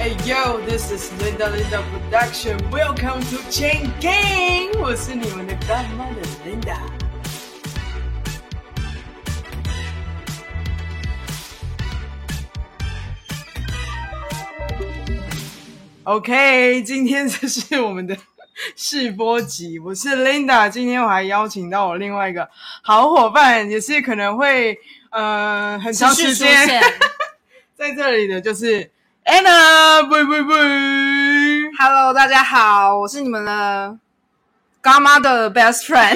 Hey yo, this is Linda Linda Production. Welcome to Chain Gang，我是你们的干妈的 Linda。OK，今天这是我们的试播集，我是 Linda。今天我还邀请到我另外一个好伙伴，也是可能会呃很长时持续出间现。在这里的就是 Anna，不不不， Hello，大家好，我是你们的干妈的 best friend，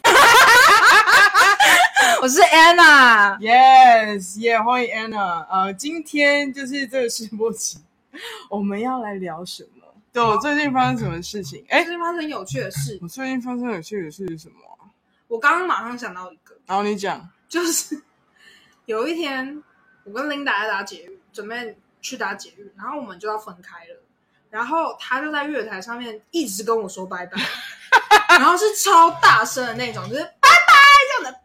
我是 Anna。 yes，也、yeah, 欢迎 Anna。呃，今天就是这个试播集，我们要来聊什么？对我最近发生什么事情？哎、最近发生有趣的事，我最近发生有趣的事是什么啊？我刚刚马上想到一个，然后你讲，就是 有一天我跟 Linda 在打捷运，准备去打捷运，然后我们就要分开了，然后他就在月台上面一直跟我说拜拜，然后是超大声的那种，就是拜拜这样的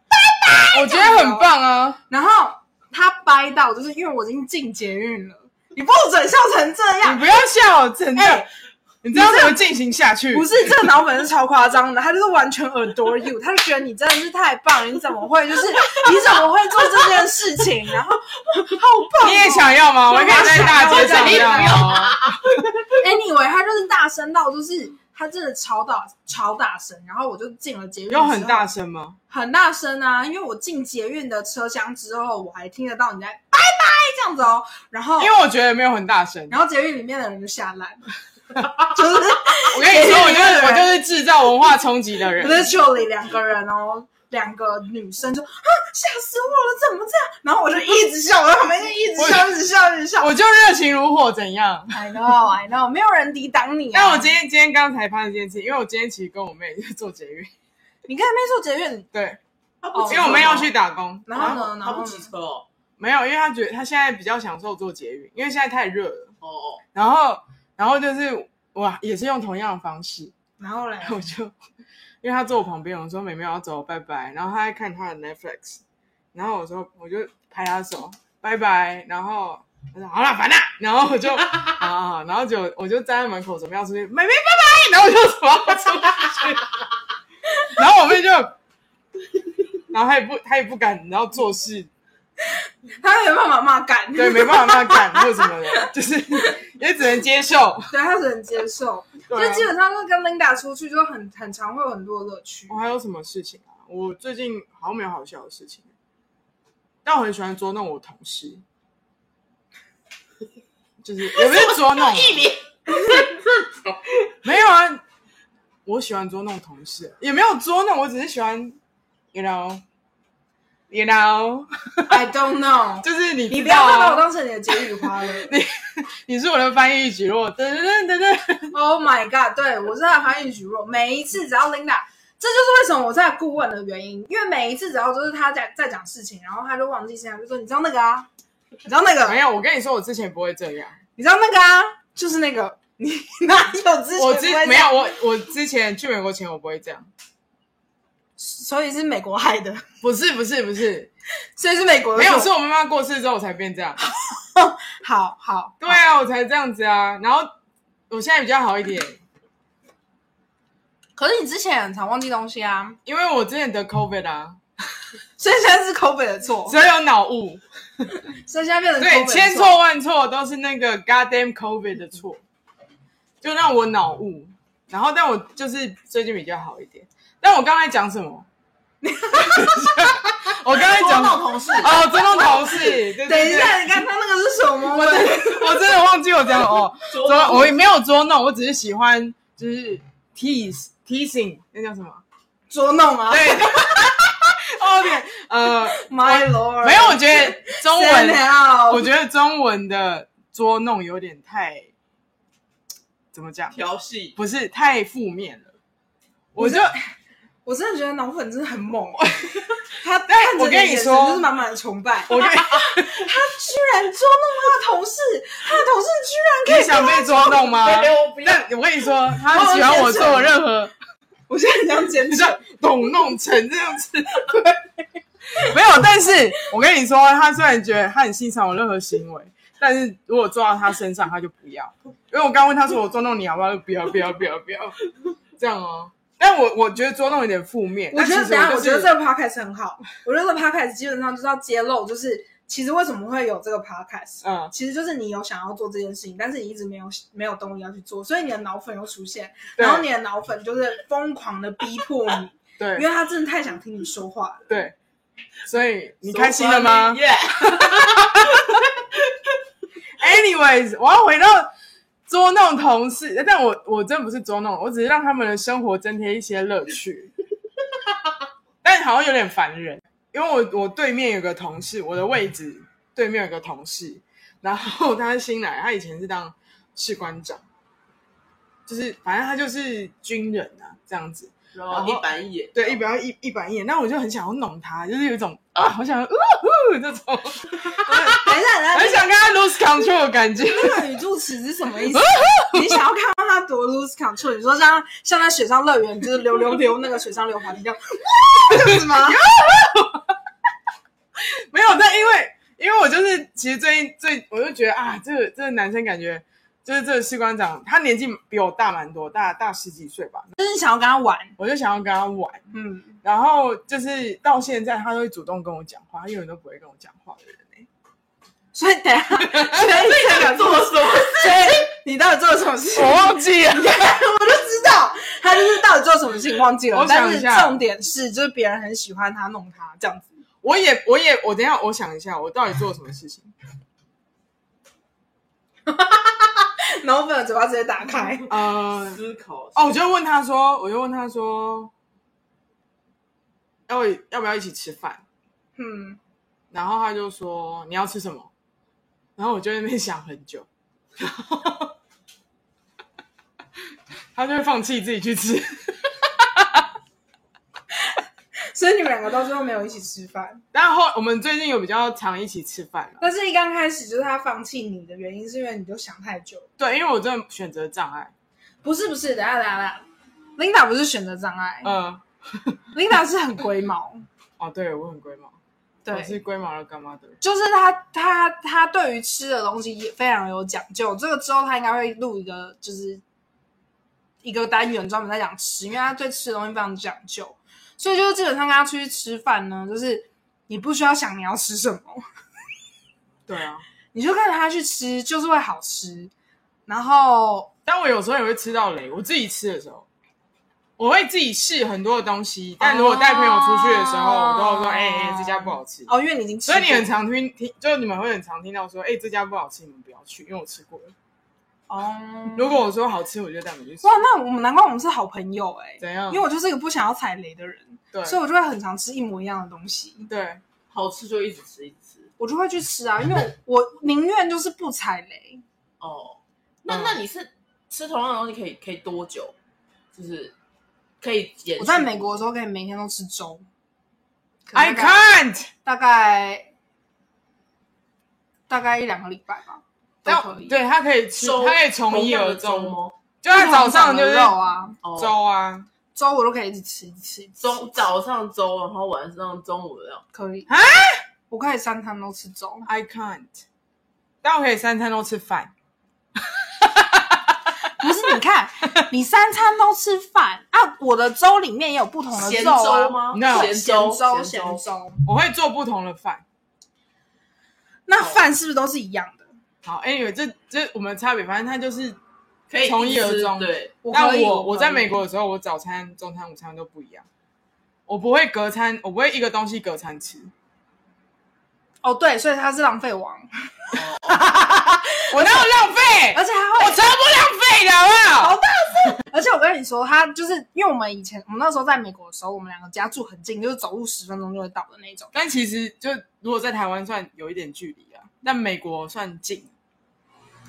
我觉得很棒啊！然后他掰到，就是因为我已经进捷运了，你不准笑成这你样，不要笑，真的，哎你知道怎么进行下去？不是这个脑粉是超夸张的，他就是完全 adore you，他就觉得你真的是太棒了，你怎么会就是你怎么会做这件事情？然后好棒、哦！你也想要吗？我我可以在大街上想要要吗？ anyway，他就是大声到就是他真的超大超大声，然后我就进了捷运，有很大声吗？很大声啊，因为我进捷运的车厢之后，我还听得到你在拜拜这样子哦，然后因为我觉得没有很大声。然后捷运里面的人就下烂， 就是我跟你说，我就是我就是制造文化冲击的人不。是就里两个人哦，两个女生就啊吓死我了，怎么这样？然后我就一直笑，我在旁边就一直笑，一直笑，一直笑。 我就热情如火，怎样？ I know, I know，没有人抵挡你、啊。 但我今天今天刚才发生一件事，因为我今天其实跟我妹去做捷运，你看没做捷运，对，他不哦啊急因为我妹要去啊打工，然后呢，然他后不呢骑车哦，没有，因为她觉得她现在比较享受做捷运，因为现在太热了。哦哦，然后，然后就是哇，也是用同样的方式，然后嘞，我就因为她坐我旁边，我说妹妹我要走，拜拜。然后她在看她的 Netflix，然后我说我就拍她手，拜拜。然后她说好了，烦啦。然后我就啊啊，好然后就我就站在门口准备要出去，妹妹拜拜。然后我就走要出去，然后我妹就，然后她也不她也不敢，然后做事他没办法骂干，对，没办法那赶或什么的，就是也只能接受。对，他只能接受。对啊就基本上是跟 Linda 出去，就很很常会有很多乐趣我。还有什么事情啊？我最近好像没有好笑的事情，但我很喜欢捉弄我同事，就是也不是捉弄啊，一脸没有啊，我喜欢捉弄同事，也没有捉弄，我只是喜欢，you know，you know， I don't know，就是你你知不要道再把我啊，当成你的解语花了。你是我的翻译举落，噔噔噔噔噔。 Oh my god！对我是在韩语举弱，每一次只要 Linda，这就是为什么我在顾问的原因，因为每一次只要就是他在在讲事情，然后他就忘记事情，他就说你知道那个啊，你知道那没个，有，我跟你说，我之前不会这样。你知道那个啊，就是那个， 你哪有之前我不之会这样没有，我我之前去美国前我不会这样，所以是美国害的，不是不是不是，所以是美国的没有错是我妈妈过世之后我才变 这样，好好对啊，我才这样子啊，然后我现在比较好一点，可是你之前很常忘记东西啊，因为我之前得 COVID 啊，所以现在是口北的错，所以有脑雾，所以现在变成对，口北的千错。错万错都是那个 goddamn COVID 的错，就让我脑雾，然后但我就是最近比较好一点，但我刚才讲什 么？我刚才捉讲弄同事，哦，真的同事，对对 等一对下，你看他那个是什么？我真的 我真的忘记我讲哦， 捉捉我也没有捉弄，我只是喜欢就是 tease teasing 那叫什么？ 捉弄啊对，哦对，呃， ，My Lord，没有，我觉得 中文，我文，觉得中文的捉弄有点太怎么讲？调戏，不是太负面了，我就我真的觉得脑粉真的 很猛，哦他但看着我跟的你眼神说就是满满的崇拜。我跟他居然捉弄他的同事，他的同事居然你可以想被捉弄吗？没有，我不要，但我跟你说，他喜欢我做任何。我现在很想检你举像懂弄成这样子，对， 没有，但是我跟你说，他虽然觉得他很欣赏我任何行为，但是如果做到他身上，他就不要。因为我刚问他说我捉弄你好不好？他就不要，不要，不要，不要，这样哦。但我我觉得捉弄有点负面。我觉得，但等其实一下，就我是觉得这个 podcast 很好。我觉得这个 podcast 基本上就是要揭露，就是其实为什么会有这个 podcast，嗯，其实就是你有想要做这件事情，但是你一直没有没有动力要去做，所以你的脑粉又出现，对然后你的脑粉就是疯狂的逼迫你，因对 为他真的太想听你说话了。对，所以你开心了吗 So funny, yeah ？Anyways，我要回到捉弄同事，但我我真不是捉弄，我只是让他们的生活增添一些乐趣，但好像有点烦人，因为我我对面有个同事，我的位置对面有个同事，然后他是新来，他以前是当士官长，就是反正他就是军人啊，这样子。然然后后一板一眼，对，一百一一板一眼，那我就很想要弄他，就是有一种啊，好想要，呃呼这种，等 一下，等很一下，想跟他 lose control 的感觉。那个语助词是什么意思？你想要看到他多 lose control？你说像像在水上乐园，就是溜溜溜那个水上溜滑梯这样，哇这样子吗？ 没有，但因为因为我就是其实最近最我就觉得啊，这个这个男生感觉就是这个士官长，他年纪比我大蛮多，大大十几岁吧，就是想要跟他玩，我就想要跟他玩，嗯。然后就是到现在他都会主动跟我讲话，他永远都不会跟我讲话的人欸、所以等一下，所以这想个做什么？所以你到底做了什么事 情？我忘记了，我就知道他就是到底做了什么事情忘记了我，想但一是下重点是就是别人很喜欢他弄他这样子。 我也我也我等一下我想一下，我到底做了什么事情。然后我把嘴巴直接打开，呃，思考哦，我就问他说，我就问他说，要要不要一起吃饭？嗯，然后他就说你要吃什么？然后我就在那边想很久， 然后他就会放弃自己去吃。所以你们两个到最后没有一起吃饭，但后我们最近有比较常一起吃饭了，但是一刚开始就是他放弃你的原因是因为你就想太久。对，因为我真的选择障碍，不是不是，等一下等一下等一下，Linda 不是选择障碍、嗯、 l i n d a 是很龟 毛，哦，对我很龟毛，我对，是龟毛的干妈的人，就是他他他对于吃的东西也非常有讲究。这个之后他应该会录一个，就是一个单元专门在讲吃，因为他对吃的东西非常讲究。所以就是基本上跟他出去吃饭呢，就是你不需要想你要吃什么，对啊。你就跟着他去吃，就是会好吃。然后但我有时候也会吃到雷，我自己吃的时候，我会自己试很多的东西，但如果带朋友出去的时候，哦我都会说，哎、哎、这家不好吃。哦，因为你已经吃所过，以你很常听听，就你们会很常听到说，哎、这家不好吃，你们不要去，因为我吃过了。哦，如果我说好吃，我就带你们去吃哇，。那我们难怪我们是好朋友哎、怎样？因为我就是一个不想要踩雷的人，嗯对所以我就会很常吃一模一样的东西。对，好吃就一直吃一直吃。我就会去吃啊，因为我我宁愿就是不踩雷，哦，那嗯那你是吃同样的东西可以可以多久？就是可以延续我在美国的时候可以每天都吃粥可能，I 大概 can't。大概大概一两个礼拜吧，都可以。对，他可以吃，粥，他可以从一样而的粥终，吗？就他早上就是肉啊，哦，粥啊，粥我都可以一直吃，一直吃，一直吃中早上粥，然后晚上中午这样。可以啊，我可以三餐都吃粥。 I can't。但我可以三餐都吃饭，不是，你看，你三餐都吃饭啊，我的粥里面也有不同的咸肉啊，粥吗？ No 咸咸粥，粥，咸咸粥。我会做不同的饭。那饭是不是都是一样的？好，Anyway，这这我们的差别，反正他就是可以从一一直而终对，我可但以，我我可在以美国的时候，我早餐、中餐、午餐都不一样，我不会隔餐，我不会一个东西隔餐吃。哦，对，所以他是浪费王，我哪有浪费？而且 我他会，超不浪费的，好不好？而且我跟你说，他就是因为我们以前我们那时候在美国的时候，我们两个家住很近，就是走路十分钟就会到的那种。但其实就如果在台湾算有一点距离啊，但美国算近，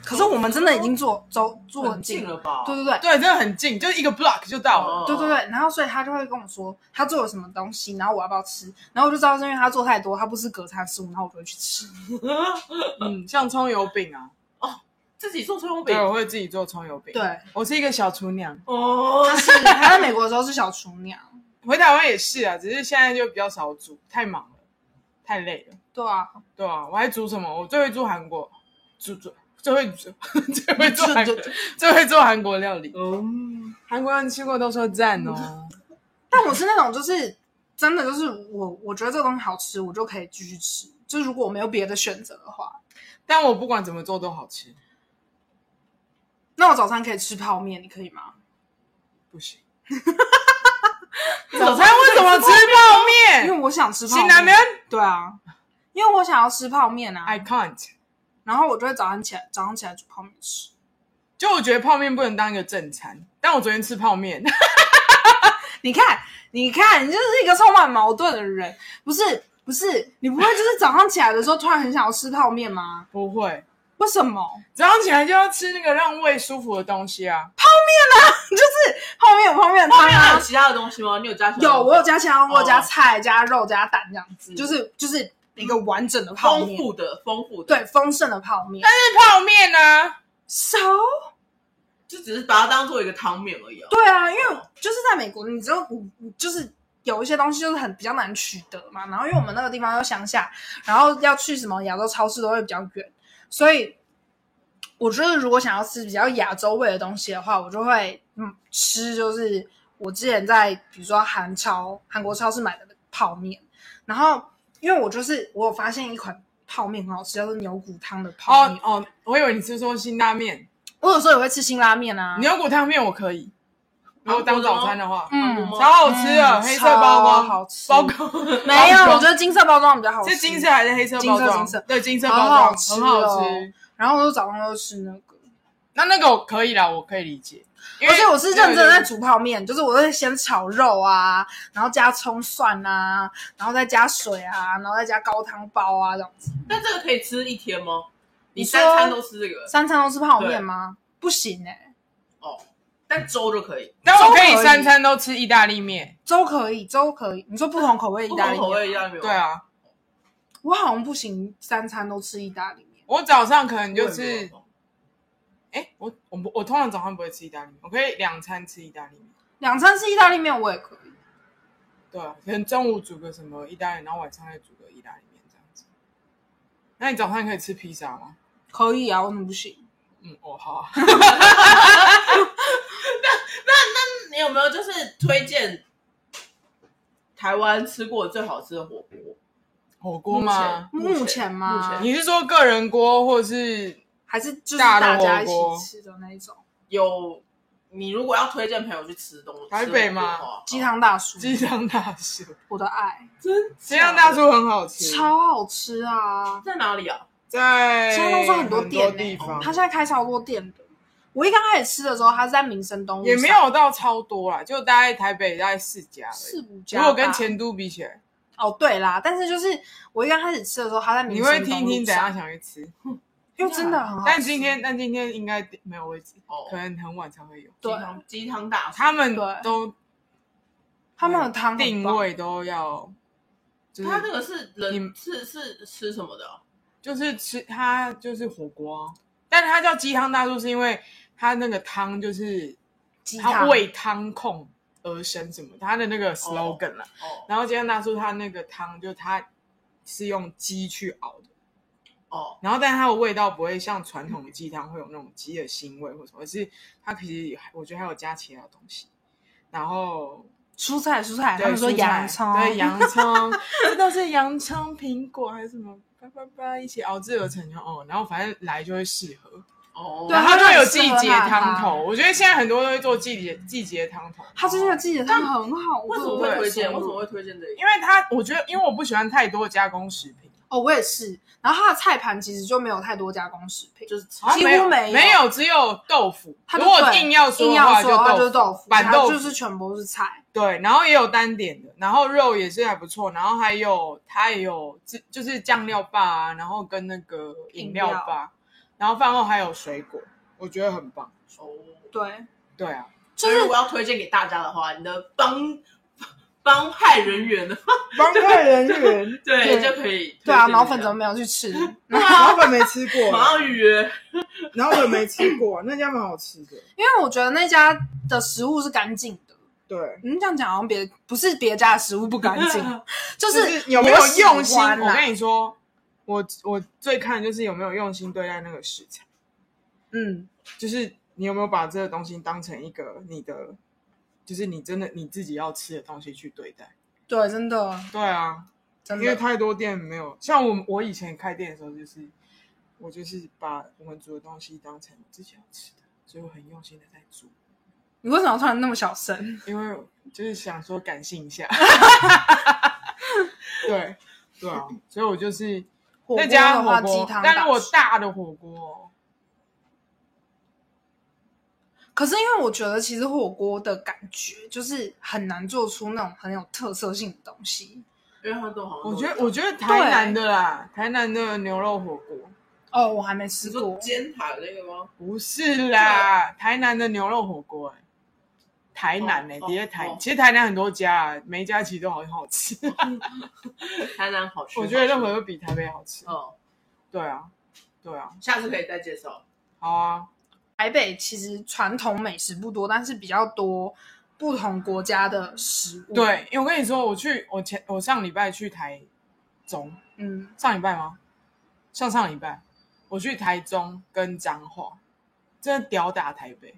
可是我们真的已经坐走坐很很近近了吧？对对对。对，真的很近，就是一个 block 就到了。哦对对对，然后所以他就会跟我说他做了什么东西，然后我要不要吃，然后我就知道是因为他做太多，他不吃隔餐食物，然后我就会去吃。嗯，像葱油饼啊，自己做葱油饼对，我会自己做葱油饼。对，，我是一个小厨娘，哦他是他在美国的时候是小厨娘，回台湾也是啊，只是现在就比较少煮，太忙了。太累了。对啊，对啊，我还煮什么？我最会做韩国，煮煮最会煮， 最会做 韩国，最会做韩国料理。嗯，韩国人吃过都说赞哦。 但我是那种就是真的就是我我觉得这个东西好吃，我就可以继续吃。就是如果我没有别的选择的话，但我不管怎么做都好吃，那我早餐可以吃泡面，你可以吗？不行。 早餐为什么吃泡面？ 因为我想吃泡新南门哎面。对啊，因为我想要吃泡面啊， I can't。然后我就会早上起来早上起来煮泡面吃。就我觉得泡面不能当一个正餐，但我昨天吃泡面， 你看，你看，你就是一个充满矛盾的人，不是？不是，你不会就是早上起来的时候突然很想要吃泡面吗？不会。为什么？早上起来就要吃那个让胃舒服的东西啊！就是泡面有泡面的泡汤面还有啊，其他的东西吗？你有加什么？有我有加香，我有加哦菜、加肉、加蛋这样子，嗯就是就是一个完整的泡丰面，富哎的，丰富的，对，丰盛的泡面但。是泡面啊呢、熟，就只是把它当做一个汤面而已啊。对啊，因为就是在美国，你只有你你就是有一些东西就是很比较难取得嘛。然后因为我们那个地方又乡下，然后要去什么亚洲超市都会比较远，所以我觉得如果想要吃比较亚洲味的东西的话，我就会嗯吃就是我之前在比如说韩超韩国超市买的泡面，然后因为我就是我有发现一款泡面很好吃，叫做牛骨汤的泡面哦。哦，我以为你是说辛拉面，我有时候也会吃辛拉面啊，牛骨汤面我可以，如果当早餐的话，嗯嗯，超好吃的，嗯黑色包装，超好吃包装没有，包装我觉得金色包装比较好吃。 是金色还是黑色包装？金色金色对，金色包好好装吃很好哦吃。然后我就早上都吃那个，那那个我可以啦，我可以理解，因为而且哦我是认真对在对煮泡面，就是我会先炒肉啊，然后加葱蒜啊，然后再加水啊，然后再加高汤包啊这样子。但这个可以吃一天吗？你你说三餐都吃这个三餐都吃泡面吗？不行哎、哦，但粥就可以，但我可粥以可以三餐都吃意大利面。粥可以，粥可以。你说不同口味意不大同利口味意面吗，大利面。对，啊，我好像不行，三餐都吃意大利面。我早上可能你就是，哦哎、我我不我通常早上不会吃意大利面，我可以两餐吃意大利面。两餐吃意大利面我也可以，对啊，可能中午煮个什么意大利，然后晚上再煮个意大利面这样子。那你早上可以吃披萨吗？可以啊，为什么不行？嗯，哦，好啊、 你有没有就是推荐台湾吃过最好吃的火锅？火锅吗？目目前前吗目前你是说个人锅，或是还是就是大的火大家一起锅吃的那一种有你如果要推荐朋友去吃东西，台北吗吃火锅的话鸡汤大叔，鸡汤大 叔？我的爱。真鸡汤大叔很好吃，超好吃啊！在哪里啊？在现在都是很多多店、地欸，方，它现在开超多店的。我一刚开始吃的时候，它是在民生东路上，也没有到超多啦，就大概台北大概四家而已。四五家如吧。果跟前都比起来，哦，对啦，但是就是我一刚开始吃的时候，它在民你生东会路听一听怎样上，想去吃。因为真的很好吃。但今天，但今天应该没有位置，哦可能很晚才会有。对鸡汤鸡汤大叔，他们对都他们的汤很棒定，位都要，就是他这个是人你是是吃什么的啊？就是吃它就是火锅啊，但它叫鸡汤大叔是因为它那个汤就是鸡它汤为汤控而生什么，它的那个 slogan 啦。哦然后鸡汤大叔它那个汤就它是用鸡去熬的，哦，然后但它的味道不会像传统的鸡汤会有那种鸡的腥味或什么，而是它其实我觉得还有加其他东西，然后蔬菜蔬菜，对他们说蔬菜洋葱，对洋 葱，这都是洋葱、苹果还是什么，叭叭叭一起熬制而成，然后哦，然后反正来就会适合，哦，对啊然后它就会有很适季合节辣汤汤头。我觉得现在很多都会做季节季节汤头，它真的记得它很好。为什么对会不对推嗯荐？为什么会推荐这个？因为它我觉得因为我不喜欢太多加工食品，哦，我也是。然后它的菜盘其实就没有太多加工食品，就是吃好像几乎没有没有没有只有豆腐。它如就果对硬要说硬的要话，说它就是豆豆腐，板它豆腐就是全部都是菜。对，然后也有单点的，然后肉也是还不错，然后还有它也有自就是酱料吧、啊，然后跟那个饮料饮吧，然后饭后还有水果，我觉得很棒。哦。对，对啊，就所以如是果要推荐给大家的话，你的帮帮派人员的话，帮派人 员， 对对就可以推荐给大家。对啊，脑粉怎么没有去吃？然后粉没吃过啊马上预约？然后粉没吃过，那家蛮好吃的。因为我觉得那家的食物是干净的，对，嗯，这样讲好像别不是别家的食物不干 净，就就是有没有啊喜用心？欢啊我啦跟你说，我我最看就是有没有用心对待那个食材，嗯，就是你有没有把这个东西当成一个你的，就是你真的你自己要吃的东西去对待。对，真的对啊，真因为的，太多店没有，像我我以前开店的时候，就是我就是把我们煮的东西当成我自己要吃的，所以我很用心的在煮，你为什么突然那么小声？因为就是想说感性 一下。对，对啊，所以我就是火再锅加的火话，鸡锅，汤但打如果碎大的火锅，可是因为我觉得，其实火锅的感觉就是很难做出那种很有特色性的东西。因为它都好像我觉得都我觉得台南的啦，台南的牛肉火锅哦，我还没吃你说过，煎塔那个吗？不是啦，台南的牛肉火锅、欸，台南呢、欸，哦别、台、哦其实台南很多家、啊，每一家其实都好好吃，哦台南好 吃，我觉得任何好都比台北好吃吃。哦，对啊，对啊，下次可以再介绍。好啊，台北其实传统美食不多，但是比较多不同国家的食物。，对，因为我跟你说，我去我前我上礼拜去台中，嗯，上礼拜吗？上上礼拜，我去台中跟彰化，真的屌打台北，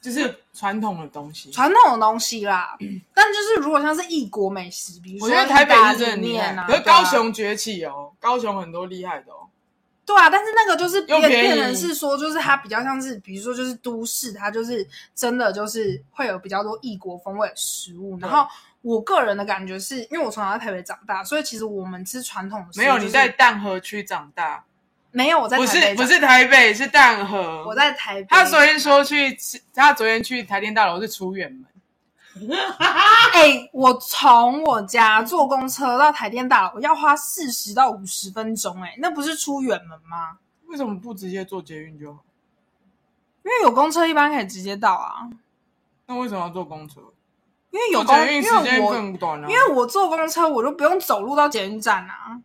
就是传统的东西。传统的东西啦。但就是如果像是异国美食，比如嗯我说觉得台北意大是真的利厉害面，啊，可是对啊高雄崛起哦，高雄很多厉害的哦。对啊，但是那个就是又变便宜变成是说，就是它比较像是，比如说就是都市，它就是真的就是会有比较多异国风味的食物。对然后我个人的感觉是，因为我从小在台北长大，所以其实我们吃传统的食物没有，就是你在淡河区长大，没有我在不台是北不长是台北，是淡河。我在台北，他昨天说去吃，他昨天去台电大楼是出远门，哎、我从我家坐公车到台电大楼要花四十到五十分钟、哎，那不是出远门吗？为什么不直接坐捷运就好？因为有公车一般可以直接到啊，那为什么要坐公车？因为有坐公，捷运因时为间我更短啊。因为我坐公车，我就不用走路到捷运站啊，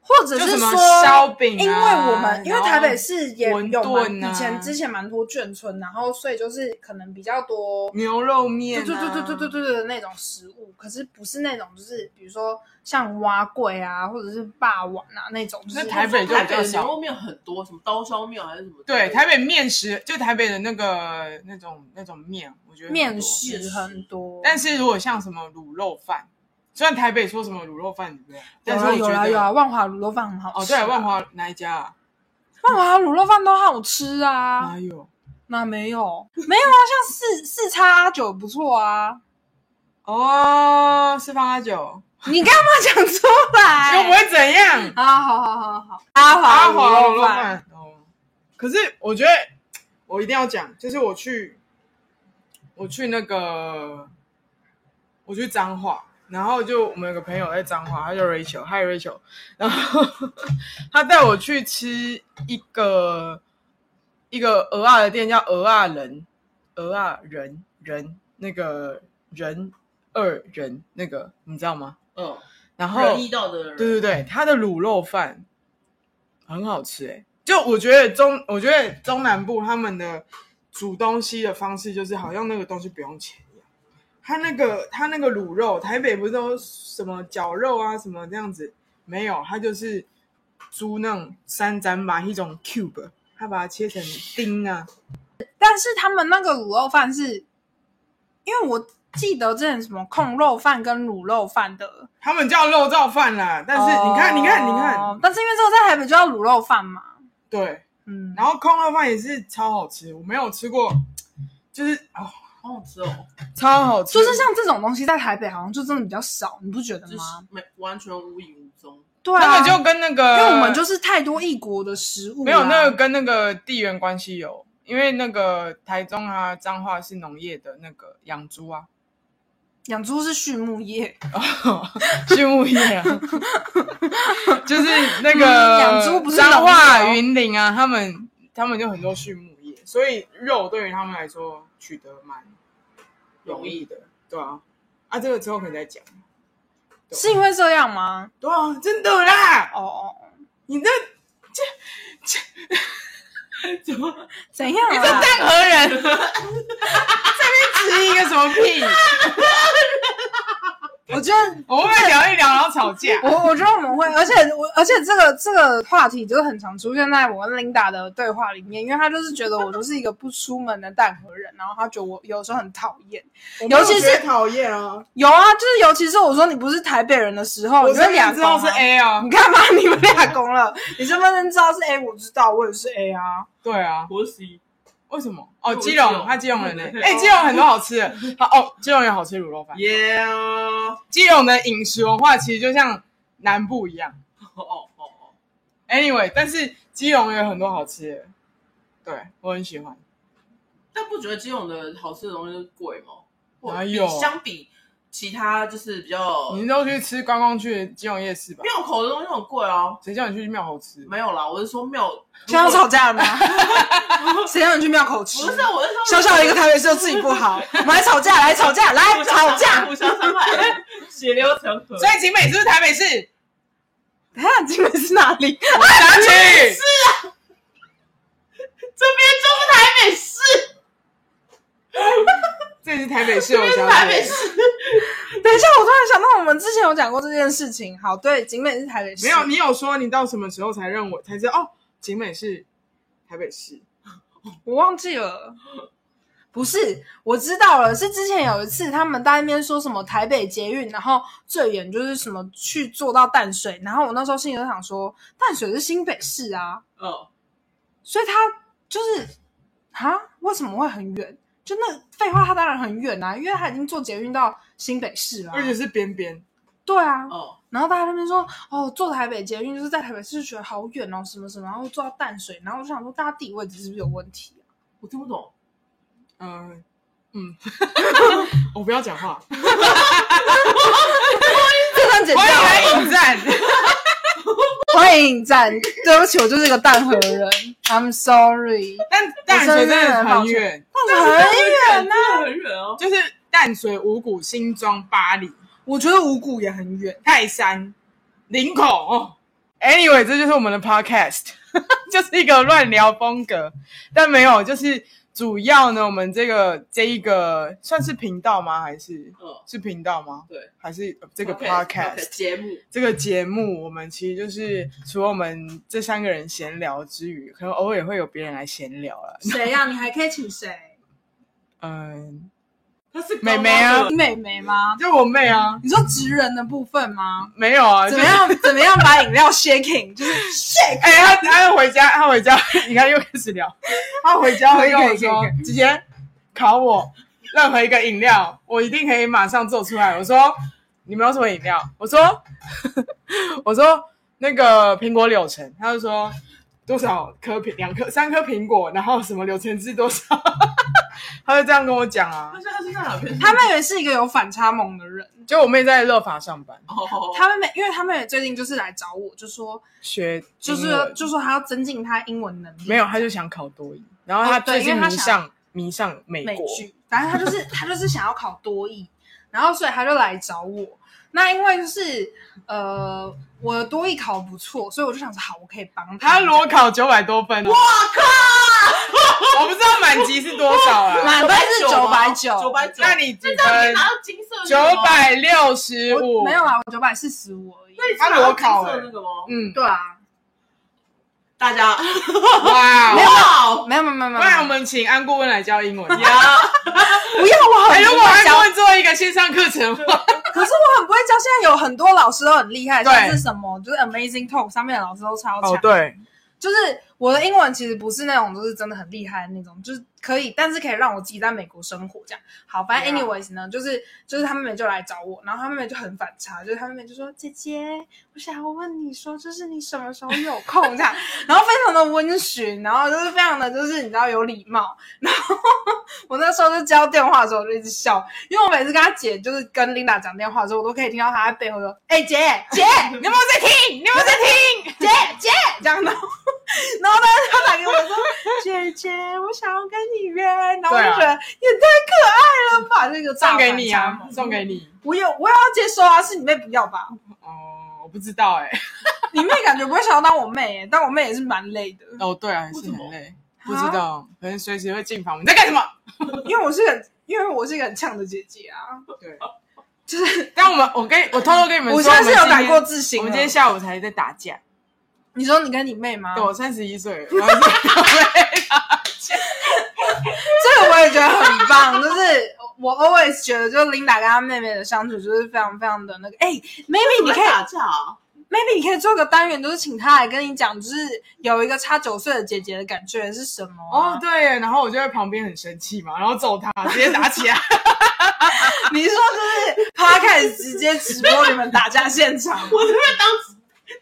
或者就是什么说，烧饼啊因为我们因为然后台北市也馄有饨蛮、啊以前之前蛮多眷村，然后所以就是可能比较多，牛肉面、对啊，对对对对对对对的那种食物，可是不是那种就是比如说像蛙柜啊，或者是霸碗啊那种，就是那台北就台比北较的少牛。肉面很多，什么刀削面还是什么？对，台北面食就台北的那个那种那种面，我觉得很多面食很多，但是如果像什么卤肉饭，虽然台北说什么卤肉饭，对不对？有但是啦我有觉啦得有啊，万华卤肉饭很好哦，吃啊、对，万华哪一家啊？万华卤肉饭都好吃啊，哪有？那没有，没有啊，像四四叉九不错啊，哦，四方阿九，你干嘛讲出又不来？会怎样。啊，好好好好，阿阿华华卤卤肉肉饭，饭。哦，可是我觉得我一定要讲，就是我去我去那个我去彰化，然后就我们有个朋友在彰化，他叫 Rachel，Hi Rachel，然 后他带我去吃一个一个鹅啊的店，叫鹅啊人，鹅啊人人那个人二人那个你知道吗？嗯，然后仁义道的人，对对对，它的卤肉饭很好吃诶、就我觉得中，我觉得中南部他们的煮东西的方式，就是好像那个东西不用钱一样。它那个它那个卤肉，台北不是都什么绞肉啊什么这样子，没有，它就是猪那种三斩马一种 cube，它把它切成丁啊，但是他们那个卤肉饭是，因为我记得之前什么控肉饭跟卤肉饭的，他们叫肉燥饭啦。但是你看，你看，你看，哦，但是因为这个在台北就叫卤肉饭嘛，对，嗯，然后空肉饭也是超好吃，我没有吃过，就是哦。好好吃哦，超好吃，就是像这种东西在台北好像就真的比较少，你不觉得就是吗？没完全无影无踪。对啊，他们就跟那因个，为我们就是太多异国的食物啦，没有那个跟那个地缘关系有，因为那个台中啊、彰化是农业的那个养猪啊，养猪是畜牧业，畜牧业 啊，就是那嗯个养猪不是彰农化、业哦云林啊，他们他们就很多畜牧业，所以肉对于他们来说取得蛮容易的，对啊，啊，这个之后可以再讲，对 是因为这样吗？对啊，真的啦，哦哦，哦你这怎么？怎样你这啊？蛋河人。是一个什么屁？我觉得我们聊一聊，然后吵架。我我觉得我们会，而且我而且这个这个话题就是很常出现在我跟 Linda 的对话里面，因为她就是觉得我就是一个不出门的蛋壳人，然后她觉得我有时候很讨厌。我没有尤其是觉得讨厌啊，有啊，就是尤其是我说你不是台北人的时候，我你们明俩明知道攻是啊 A 啊你，干嘛？你们俩攻 了？你身份证知道是 A，我知道，我也是 A 啊。对啊，我喜为什么？哦，我基基隆隆，他基隆人呢对对？对哎，基隆很多好吃的，好哦，基隆有好吃的卤肉饭。耶哦基隆的饮食文化其实就像南部一样哦哦哦， ，anyway，但是基隆也有很多好吃的，对我很喜欢。但不觉得基隆的好吃的东西贵吗？哪有比相比其他就是比较你都去吃观光去基隆夜市吧？庙口的东西很贵哦。谁叫你去庙口吃？没有啦，我是说庙， 现在要吵架了吗？ 谁让你去庙口吃？不是，啊我是说小小一个台北市就自己不好，我们来吵架，来吵架，来互相吵架。互相伤害，血流成河。所以景美是不是台北市？等一下，金门是哪里？哪里？这边就是台北市，这里是台北市，这我边是想台北起。市， 等一下，我突然想到，我们之前有讲过这件事情。好，对，景美是台北市，没有，你有说你到什么时候才认我才知道哦？景美是台北市，我忘记了。不是，我知道了，是之前有一次他们在那边说什么台北捷运，然后最远就是什么去坐到淡水，然后我那时候心里就想说，淡水是新北市啊，嗯，所以它就是啊，为什么会很远？就那废话，它当然很远啊，因为它已经坐捷运到新北市了啊、而且是边边。对啊，哦，然后大家那边说，哦，坐台北捷运就是在台北市觉得好远哦，什么什么，然后坐到淡水，然后我就想说，大家地理位置是不是有问题啊、 我听不懂，嗯嗯， 我不要讲话，这段剪我掉了。要来引战。欢迎站，对不起，我就是一个蛋河人，I'm sorry。 但淡水真的很远，但很远，呐，真的很远哦。就是淡水、五股、新庄、八里、我觉得五谷也很远。泰山、林口。哦 Anyway，这就是我们的 Podcast，就是一 个乱聊风格，但没有，就是主要呢，我们这个这一个算是频道吗？还是嗯，是频道吗？对，还是呃这个 podcast Podcast？节目，这个节目，我们其实就是除了我们这三个人闲聊之余，可能偶尔会有别人来闲聊了。谁啊呀、你还可以请 谁？嗯，他是妹妹啊高高的美眉吗？就我妹啊，你说职人的部分吗？没有啊，怎就么是样？怎么样把饮料 shaking 就是 shake？哎、他他回家，他回家，你看又开始聊。他回家会跟我可以可以说可，直接考我任何一个饮料，我一定可以马上做出来。我说你们有什么饮料？我说我说那个苹果柳橙，他就说多少颗苹两颗三颗苹果，然后什么柳橙汁多少， 他就这样跟我讲啊他。现在是在哪边？哦他妹妹是一个有反差萌的人。就我妹在乐法上班，哦，他妹妹，因为他妹妹最近就是来找我，就说学就是英文就说她要增进她英文能力。没有，他就想考多一，然后他哦对最近因为他迷想上迷上美美国，剧，反正他就是 他就是想要考多艺，然后所以他就来找我。那因为就是呃，我的多艺考不错，所以我就想说好，我可以帮他裸裸考九百多分、哦，我不知道满级是多少啊？ 满分是九百九，九百九，那你几那你分？拿到金色九百六十我五。没有，啊，我九百四十五而已。他裸考哎、那个吗？ 嗯，对啊，大家，哇没哦。有哇，没有没有没有，没不有然我们请安顾问来教 英文。呀，不要我哎，很如不果会安教顾，问做一个线上课程 的话，可是我很不会教。现在有很多老师都很厉害，对哦像是什么就是 Amazing Talk 上面的老师都超强。对，就是我的英文其实不是那种就是真的很厉害的那种，就是可以，但是可以让我自己在美国生活这样。好，反正 Yeah. anyways 呢，就是就是他妹妹就来找我，然后他妹妹就很反差，就是他妹妹就说：“姐姐，我想要问你说，就是你什么时候有空这样？”然后非常的温驯，然后就是非常的就是你知道有礼貌。然后 我那时候就接到电话的时候我就一直笑，因为我每次跟她姐就是跟 Linda 讲电话的时候，我都可以听到她在背后说：“哎、姐姐，你有没有在听？你有没有在听？ 姐姐这样，然后然后呢，他打给我说：“姐姐，我想要跟你约。”然后我就觉对啊得也太可爱了吧，这个送大给你反差啊，萌送给你。我有，我也要接收啊，是你妹不要吧？哦，我不知道哎。你妹感觉不会想要当我妹、但我妹也是蛮累的，哦，对啊，为是什么啊很累。不知道，可能随时会进房门。你在干什么？因为我是很因为我是一个很呛的姐姐啊。对，就是但我们我跟我偷偷跟你们说，我现在是有打过字。字我型们了。今天下午才在打架。你说你跟你妹吗？对，我三十一岁了，然后就这个我也觉得很棒，就是我 always 觉得，就是 Linda 跟她妹妹的相处就是非常非常的那个。哎、m a y b e 你可以打架啊？ maybe 你可以做个单元，就是请她来跟你讲，就是有一个差九岁的姐姐的感觉是什么、啊哦，，对耶，然后我就在旁边很生气嘛，然后揍他，直接打起来。你是说就是 podcast 直接直播你们打架现场吗？我这边当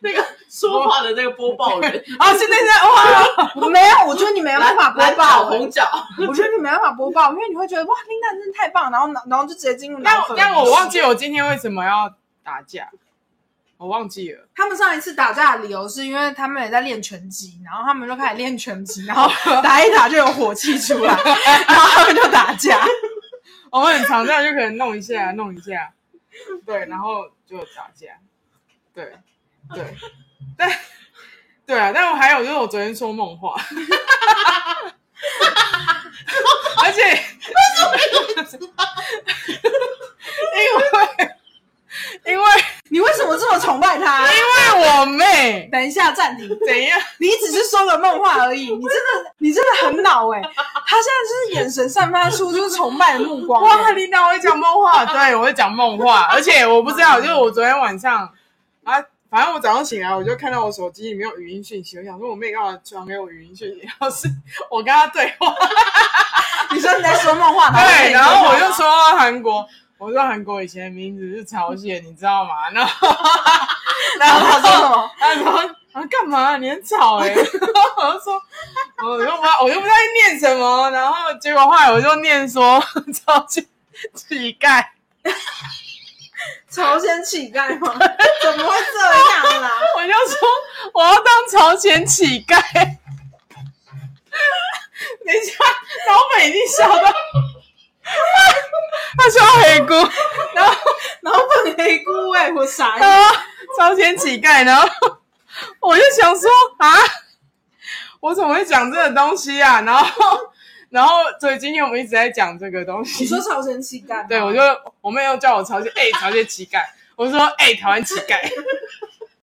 那个说话的那个播报人，然后现在在哇，我 没有，我觉得你没有办法播蓝报、欸角红角，我觉得你没办法播报，因为你会觉得哇，Linda 真的太棒，然后然后就直接进入脑但粉。但我忘记我今天为什么要打架，我忘记了。他们上一次打架的理由是因为他们也在练拳击，然后他们就开始练拳击，然后 打一打就有火气出来，然后他们就打架。哦我们很常这样，就可能弄一下，弄一下，对，然后就打架，对，对，但对啊，但我还有就是我昨天说梦话，而且因为因为你为什么这么崇拜他？因为我妹等一下暂停，怎样？你只是说了梦话而已，你真的你真的很恼哎、他现在就是眼神散发出就是崇拜的目光、哇，欸。领导，我会讲梦话，对我会讲梦话，而且我不知道，就是我昨天晚上啊，反正我早上醒来，我就看到我手机里面有语音讯息，我想说我妹干嘛传给我语音讯息，然后是我跟她对话，你说你在说梦话，对， 然后我就说。说到韩国，我说韩国以前的名字是朝鲜，你知道吗？然后然然后他后说什么？然后然后啊干嘛？你很吵哎、欸， 然后我就说。我又不知道，我又不知道在念什么，然后结果后来我就念说 朝鲜乞丐，朝鲜乞丐吗？怎么会这样啦、 我就说我要当朝鲜乞丐。 等一下，老美已经笑到， 他笑黑姑，然后然后问黑姑哎、我傻眼。他说朝鲜乞丐，然后 我就想说啊，我怎么会讲这个东西啊？然后，然后，所以今天我们一直在讲这个东西。你说朝鲜乞丐吗？对，我就我妹又叫我朝鲜，哎、朝鲜乞丐，我说哎、台湾乞丐，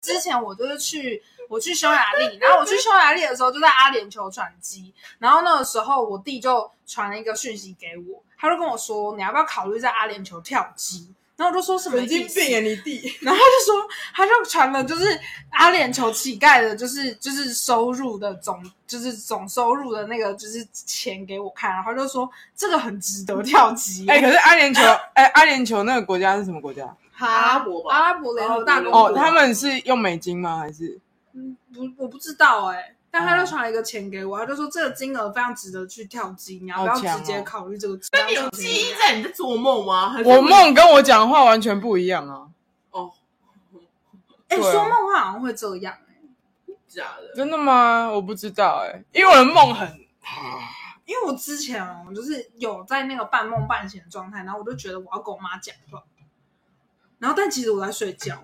之前我就是去我去匈牙利，然后我去匈牙利的时候就在阿联酋转机，然后那个时候我弟就传了一个讯息给我，他就跟我说你要不要考虑在阿联酋跳机，然后我就说什么意思？啊你弟！ 然后他就说，他就传了，就是阿联酋乞丐的，就是就是收入的总，就是总收入的那个，就是钱给我看，然后他就说这个很值得跳级。哎、可是阿联酋，哎、阿联酋那个国家是什么国家？阿拉伯吧阿拉伯联合大公国。哦，他们是用美金吗？还是嗯，不，我不知道哎、但哦他就传了一个钱给我，他就说这个金额非常值得去跳级，你要不要好强哦直接考虑这个？那你有记忆在你在做梦吗？还是我梦跟我讲的话完全不一样啊？哦，哎、对啊说梦话好像会这样、欸，假的，真的吗？我不知道哎、因为我的梦很因为我之前哦，就是有在那个半梦半醒的状态，然后我就觉得我要跟我妈讲话，然后但其实我在睡觉。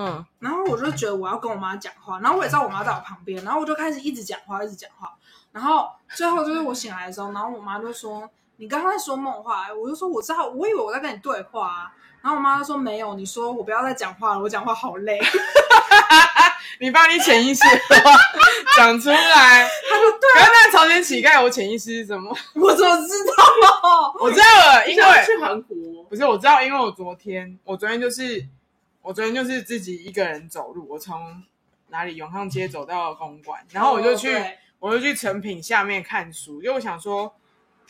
嗯，然后我就觉得我要跟我妈讲话，然后我也知道我妈在我旁边，然后我就开始一直讲话，一直讲话，然后最后就是我醒来的时候，然后我妈就说：“你刚刚在说梦话。”欸我就说：“我知道，我以为我在跟你对话啊。”然后我妈就说：“没有，你说我不要再讲话了，我讲话好累。” 你把你潜意识的话 讲出来。她说：“对可啊是那个朝鲜乞丐，我潜意识是什么？，我怎么知道？我知道了，因为想要去韩国不是我知道，因为我昨天我昨天就是我昨天就是自己一个人走路，我从哪里永康街走到公馆，然后我就去。哦对我就去成品下面看书，因为我想说，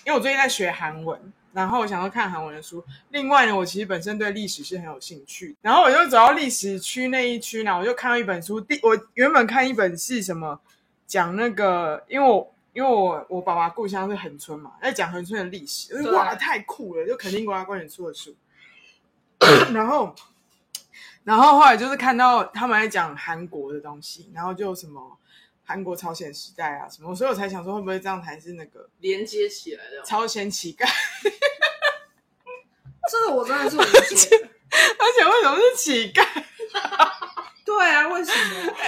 因为我最近在学韩文，然后我想要看韩文的书。另外呢，我其实本身对历史是很有兴趣，然后我就走到历史区那一区呢，然后我就看到一本书。第我原本看一本是什么，讲那个，因为我因为我我爸爸故乡是恒春嘛，在讲恒春的历史，我就对哇太酷了，就肯定国家公园出的书。 然后，然后后来就是看到他们在讲韩国的东西，然后就什么。韩国朝鲜时代啊什么，所以我才想说会不会这样才是那个连接起来的，朝鲜乞丐？ 这个我真的是无解。而且 为什么是乞丐对啊，为什么？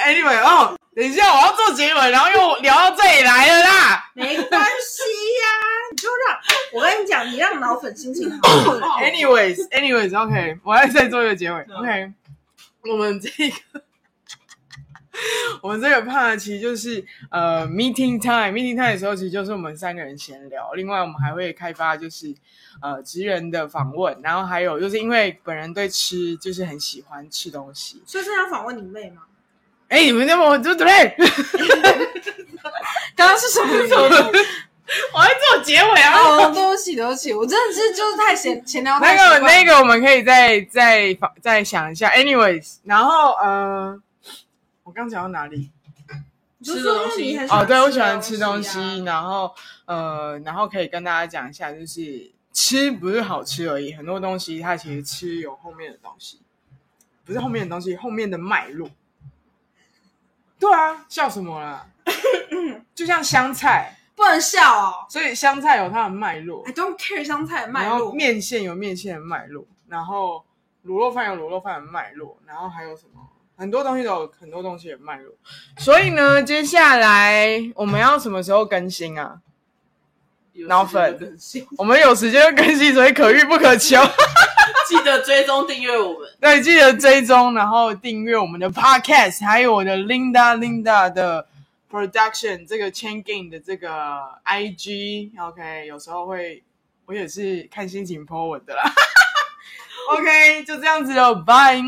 ？Anyway，哦，等一下我要做结尾，然后又聊到这里来了啦。没关系呀、你就让我跟你讲，你让脑粉心情好好好哎 Anyways，anyways，OK，、我要再做一个结尾。嗯 OK，我们这个 我们这个 part 其实就是呃 meeting time，meeting time 的时候其实就是我们三个人闲聊，另外我们还会开发就是呃职人的访问，然后还有就是因为本人对吃就是很喜欢吃东西，所以是想访问你妹吗？哎、你们那么我就 对，刚刚是什么意思？我还做结尾啊。 哦，对不起，对不起，我真的是就是太闲闲聊那太个习惯那个，我们可以再再再想一下。Anyways，然后呃，我刚讲到哪里？你就说因为你很喜欢哦，对，我喜啊欢吃东西，然后呃，然后可以跟大家讲一下，就是吃不是好吃而已，很多东西它其实吃有后面的东西，不是后面的东西，后面的脉络。对啊，笑什么 啦？就像香菜，不能笑哦。所以香菜有它的脉络 I，don't care 香菜的脉然后络，面线有面线的脉络，然后卤肉饭有卤肉饭的脉络，然后还有什么？很多东西都有很多东西的脉络。所以呢，接下来我们要什么时候更新啊？脑粉更新，我们有时间就更新，所以可遇不可求。记得追踪订阅我们。对，记得追踪，然后订阅我们的 podcast，还有我的 Linda Linda 的 production 这个 Chain Game 的这个 IG。OK，有时候会 我也是看心情 po 文的啦。OK，就这样子喽，拜。